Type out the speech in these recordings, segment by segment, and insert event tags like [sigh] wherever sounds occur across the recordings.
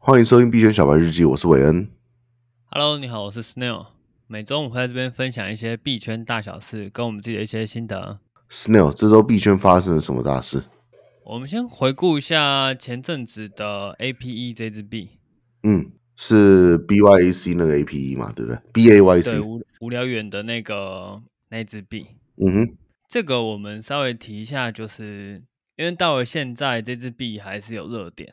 欢迎收听《币圈小白日记》，我是韦恩。 Hello，你好，我是 Snail。每周我会在这边分享一些币圈大小事，跟我们自己的一些心得。 Snail，这周币圈发生了什么大事？我们先回顾一下前阵子的 APE 这支币，嗯，是 BYAC 那个 APE 嘛，对不对？BAYC，对无无聊远的那个那支币，嗯哼，这个我们稍微提一下，就是因为到了现在这支币还是有热点，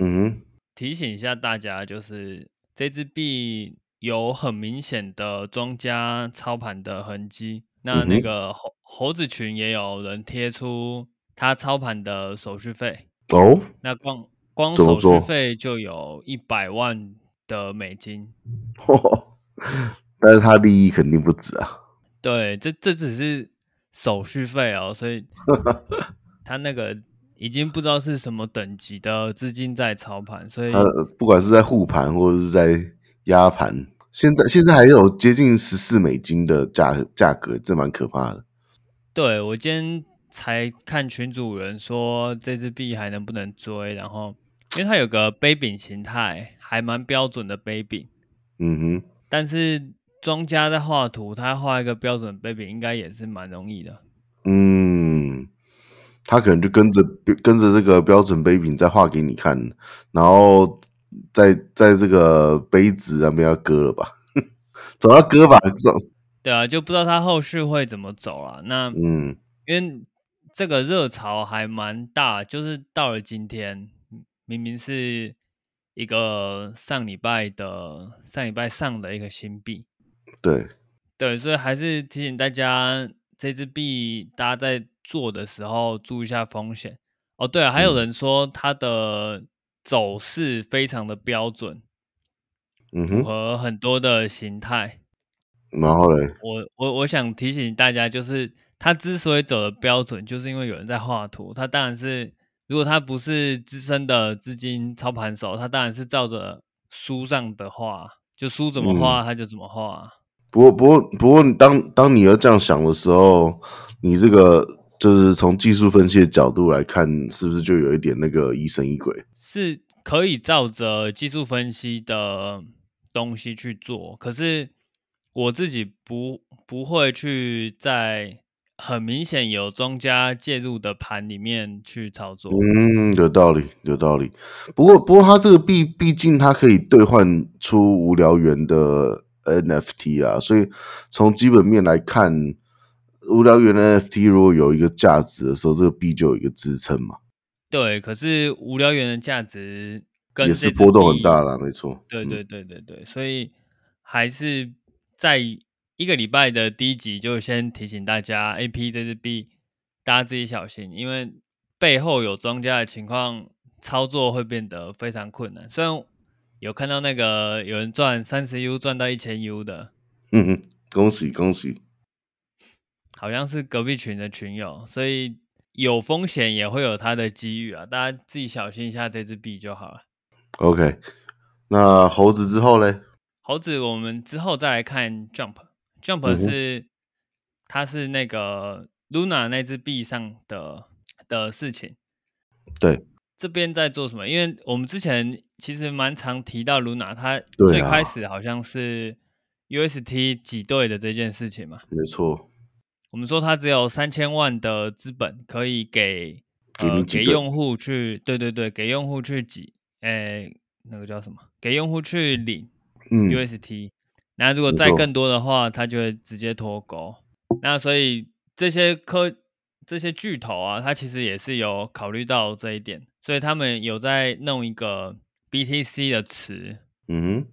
嗯提醒一下大家，就是这支币有很明显的庄家操盘的痕迹。那嗯那哼个猴猴子群也有人贴出他操盘的手续费，哼，哦，那光光怎么手说续费就有一百万的美金。哦但是他利益肯定不止啊。对，这这只是手续费哦，[laughs] 所以他那个已经不知道是什么等级的资金在操盘，所以他不管是在护盘或者是在压盘，现在现在还有接近十四美金的价价格，这蛮可怕的。对我今天才看群主人说这只币还能不能追，然后因为它有个杯柄形态，还蛮标准的杯柄，嗯哼，但是庄家在画图，他画一个标准杯柄应该也是蛮容易的。嗯，他可能就跟着跟着这个标准杯柄再画给你看，然后在在这个杯子那边要割了吧， [laughs] 总要割吧，总对啊，就不知道他后续会怎么走了。那嗯因为这个热潮还蛮大，就是到了今天，嗯明明是一个上礼拜的上礼拜上的一个新币，对，对，所以还是提醒大家，这支币大家在做的时候注意一下风险。哦，对啊，还有嗯人说它的走势非常的标准，嗯符哼，合很多的形态。然后嘞，我我我想提醒大家，就是它之所以走的标准，就是因为有人在画图。它当然是，如果他不是资深的资金操盘手，他当然是照着书上的画，就书怎么嗯画他就怎么画。不过，不过，不过你当当你要这样想的时候，你这个就是从技术分析的角度来看，是不是就有一点那个疑神疑鬼？是可以照着技术分析的东西去做，可是我自己不不会去在很明显有庄家介入的盘里面去操作。嗯，有道理，有道理。不过，不过，它这个币毕竟它可以兑换出无聊猿的 NFT 啦，啊所以从基本面来看，无聊猿的 NFT 如果有一个价值的时候，这个币就有一个支撑嘛，对，可是无聊猿的价值跟也是这只波动很币大啦，没错。对嗯对对对对，所以还是在一个礼拜的第一集就先提醒大家，A P 这支币大家自己小心，因为背后有庄家的情况，操作会变得非常困难。虽然有看到那个有人赚三十 U 赚到一千 U 的，嗯哼，恭喜恭喜。好像是隔壁群的群友，所以有风险也会有它的机遇啊，大家自己小心一下这支币就好了。 OK，那猴子之后嘞？猴子，我们之后再来看 Jump。嗯 Jump 哼是、它是那个 Luna 那只币上的的事情。对，这边在做什么？因为我们之前其实蛮常提到 Luna，它对最啊开始好像是 UST 挤兑的这件事情嘛。没错，我们说它只有三千万的资本可以给给你呃几给个用户去，对对对，给用户去挤，诶、那个叫什么？给用户去领。嗯 UST。那如果没再错更多的话，它就会直接脱钩。那所以这些科这些巨头啊，它其实也是有考虑到这一点，所以他们有在弄一个 BTC 的池。嗯哼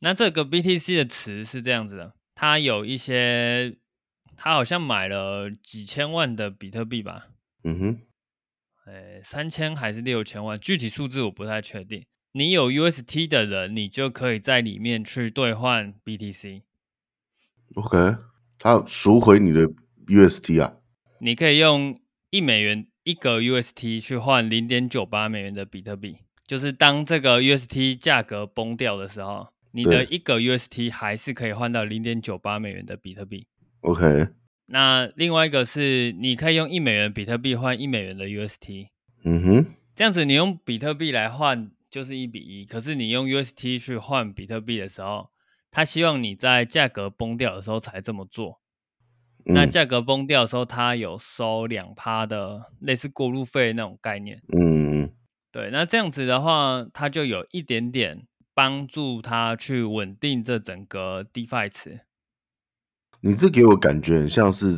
那这个 BTC 的池是这样子的，它有一些，它好像买了几千万的比特币吧，嗯哼，呃，三千还是六千万，具体数字我不太确定。你有 UST 的人，你就可以在里面去兑换 BTC， ，OK，他赎回你的 UST 啊，你可以用一美元一个 UST 去换零点九八美元的比特币，就是当这个 UST 价格崩掉的时候，你对的一个 UST 还是可以换到零点九八美元的比特币。 OK，那另外一个是，你可以用一美元比特币换一美元的 UST，嗯哼，这样子你用比特币来换就是一比一，可是你用 UST 去换比特币的时候，他希望你在价格崩掉的时候才这么做。那嗯价格崩掉的时候，他有收两趴的类似过路费那种概念。嗯对，那这样子的话，它就有一点点帮助他去稳定这整个 DeFi 池。你这给我感觉很像是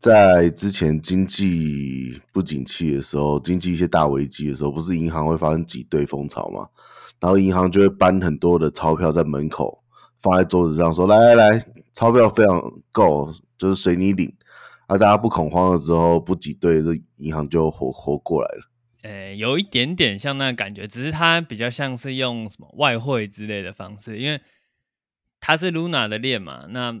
在之前经济不景气的时候，经济一些大危机的时候，不是银行会发生挤兑风潮吗？然后银行就会搬很多的钞票在门口，放在桌子上说：“来来来，钞票非常够，就是随你领。”啊，大家不恐慌了之后，不挤兑，这银行就活活过来了。呃，有一点点像那个感觉，只是它比较像是用什么外汇之类的方式，因为它是 Luna 的链嘛，那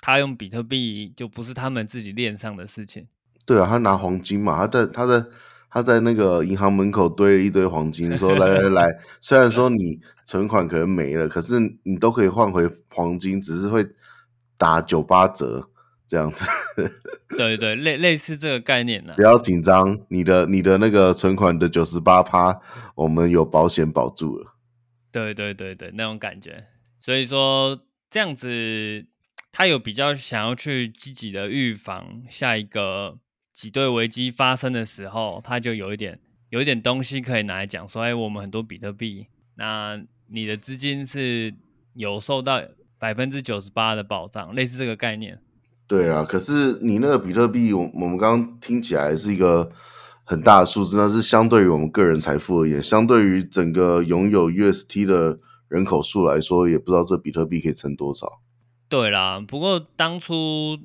它用比特币就不是他们自己链上的事情。对啊，他拿黄金嘛，他在他在他在那个银行门口堆了一堆黄金，说来来来， [laughs] 虽然说你存款可能没了，可是你都可以换回黄金，只是会打九八折这样子， [laughs] 对对，类类似这个概念呢、不要紧张，你的你的那个存款的九十八趴，我们有保险保住了。对对对对，那种感觉。所以说这样子，他有比较想要去积极的预防下一个挤兑危机发生的时候，他就有一点有一点东西可以拿来讲说，哎，我们很多比特币，那你的资金是有受到百分之九十八的保障，类似这个概念。对啊，可是你那个比特币，我我们刚刚听起来是一个很大的数字，那是相对于我们个人财富而言，相对于整个拥有 UST 的人口数来说，也不知道这比特币可以撑多少。对啦，不过当初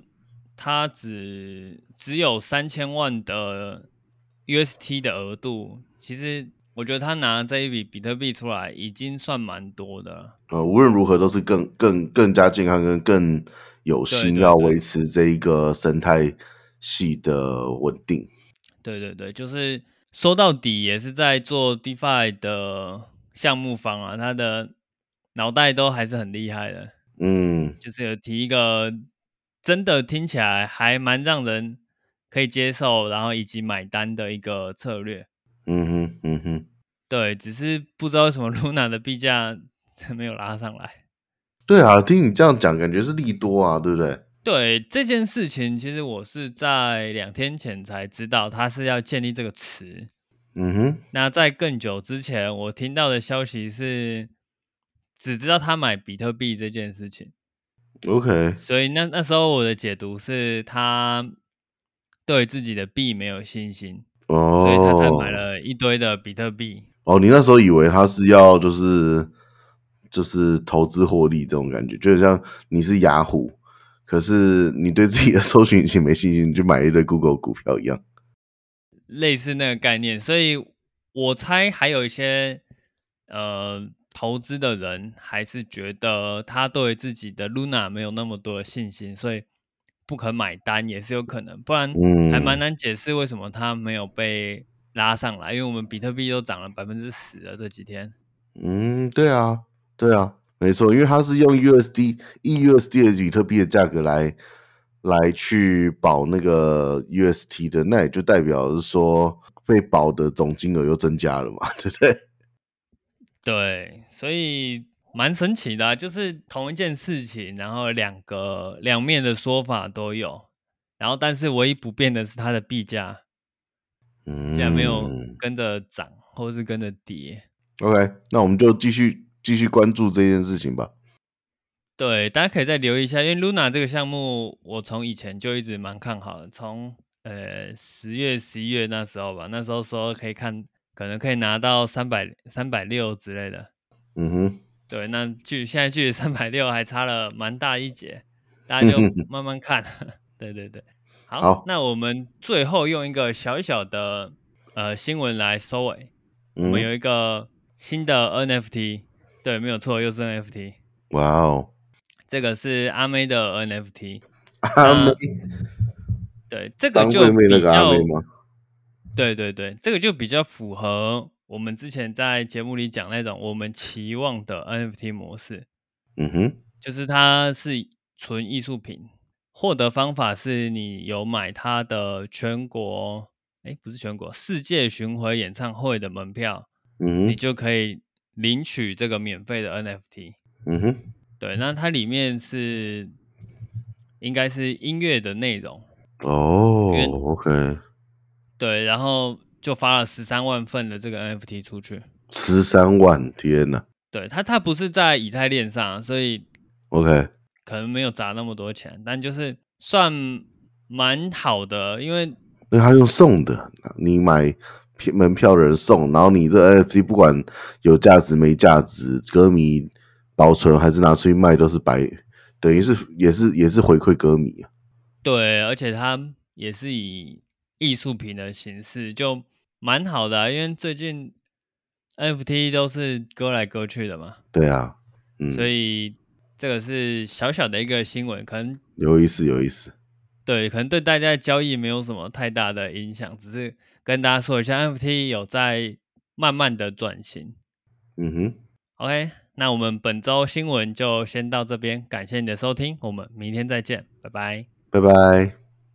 他只只有三千万的 UST 的额度，其实我觉得他拿这一笔比特币出来已经算蛮多的了。呃，无论如何都是更更更加健康跟更有心对要对维持这一个生态系的稳定。对对对，就是说到底也是在做 DeFi 的项目方啊，他的脑袋都还是很厉害的，嗯，就是有提一个真的听起来还蛮让人可以接受，然后以及买单的一个策略。嗯哼，嗯哼。对，只是不知道为什么 [laughs] Luna 的币价没有拉上来。对啊，听你这样讲，感觉是利多啊，对不对？对这件事情，其实我是在两天前才知道，它是要建立这个词。嗯哼，那在更久之前，我听到的消息是，只知道他买比特币这件事情， OK，所以那那时候我的解读是他对自己的币没有信心，哦，所以他才买了一堆的比特币。哦，你那时候以为他是要就是就是投资获利这种感觉，就很像你是雅虎，可是你对自己的搜寻引擎没信心，你就买了一堆 Google 股票一样。类似那个概念，所以我猜还有一些呃投资的人还是觉得他对自己的 Luna 没有那么多的信心，所以不肯买单也是有可能，不然还蛮嗯，难解释为什么它没有被拉上来，因为我们比特币都涨了百分之十了这几天。嗯，对啊，对啊，没错，因为他是用 USD 一 USD 的比特币的价格来来去保那个 UST 的，那也就代表是说被保的总金额又增加了嘛，对不对？对，所以蛮神奇的啊、就是同一件事情，然后两个两面的说法都有，然后但是唯一不变的是它的币价。嗯，竟然没有跟着涨，或是跟着跌。 OK，那我们就继续继续关注这件事情吧。对，大家可以再留意一下，因为 Luna 这个项目，我从以前就一直蛮看好的，从呃十月、十一月那时候吧，那时候说可以看，可能可以拿到三百、三百六之类的。嗯哼，对，那距现在距离三百六还差了蛮大一截，大家就慢慢看。 [laughs] 对对对，好，好那我们最后用一个小小的呃新闻来收尾。我嗯，们有一个新的 NFT，对，没有错，又是 NFT。哇哦，这个是阿妹的 NFT，阿妹，对，这个张就惠妹那比个阿较妹，吗？对对对，这个就比较符合我们之前在节目里讲那种我们期望的 NFT 模式，嗯哼，就是它是纯艺术品，获得方法是你有买它的全国，哎，不是全国，世界巡回演唱会的门票，嗯你哼就可以领取这个免费的 NFT。嗯哼对，那它里面是应该是音乐的内容，哦因为，OK，对，然后就发了十三万份的这个 NFT 出去。十三万，天呐对它，它不是在以太链上，啊所以 o k 可能没有砸那么多钱，但就是算蛮好的，因为那他用送的，你买票门票的人送，然后你这 NFT 不管有价值没价值，歌迷保存还是拿出去卖都是白，等于是也是也是回馈歌迷啊。对，而且它也是以艺术品的形式，就蛮好的啊、因为最近 NFT 都是割来割去的嘛，对啊，嗯所，以这个是小小的一个新闻，可能有意思有意思。对，可能对大家的交易没有什么太大的影响，只是跟大家说一下，NFT 有在慢慢的转型。嗯哼， OK，那我们本周新闻就先到这边，感谢你的收听，我们明天再见，拜拜。拜拜。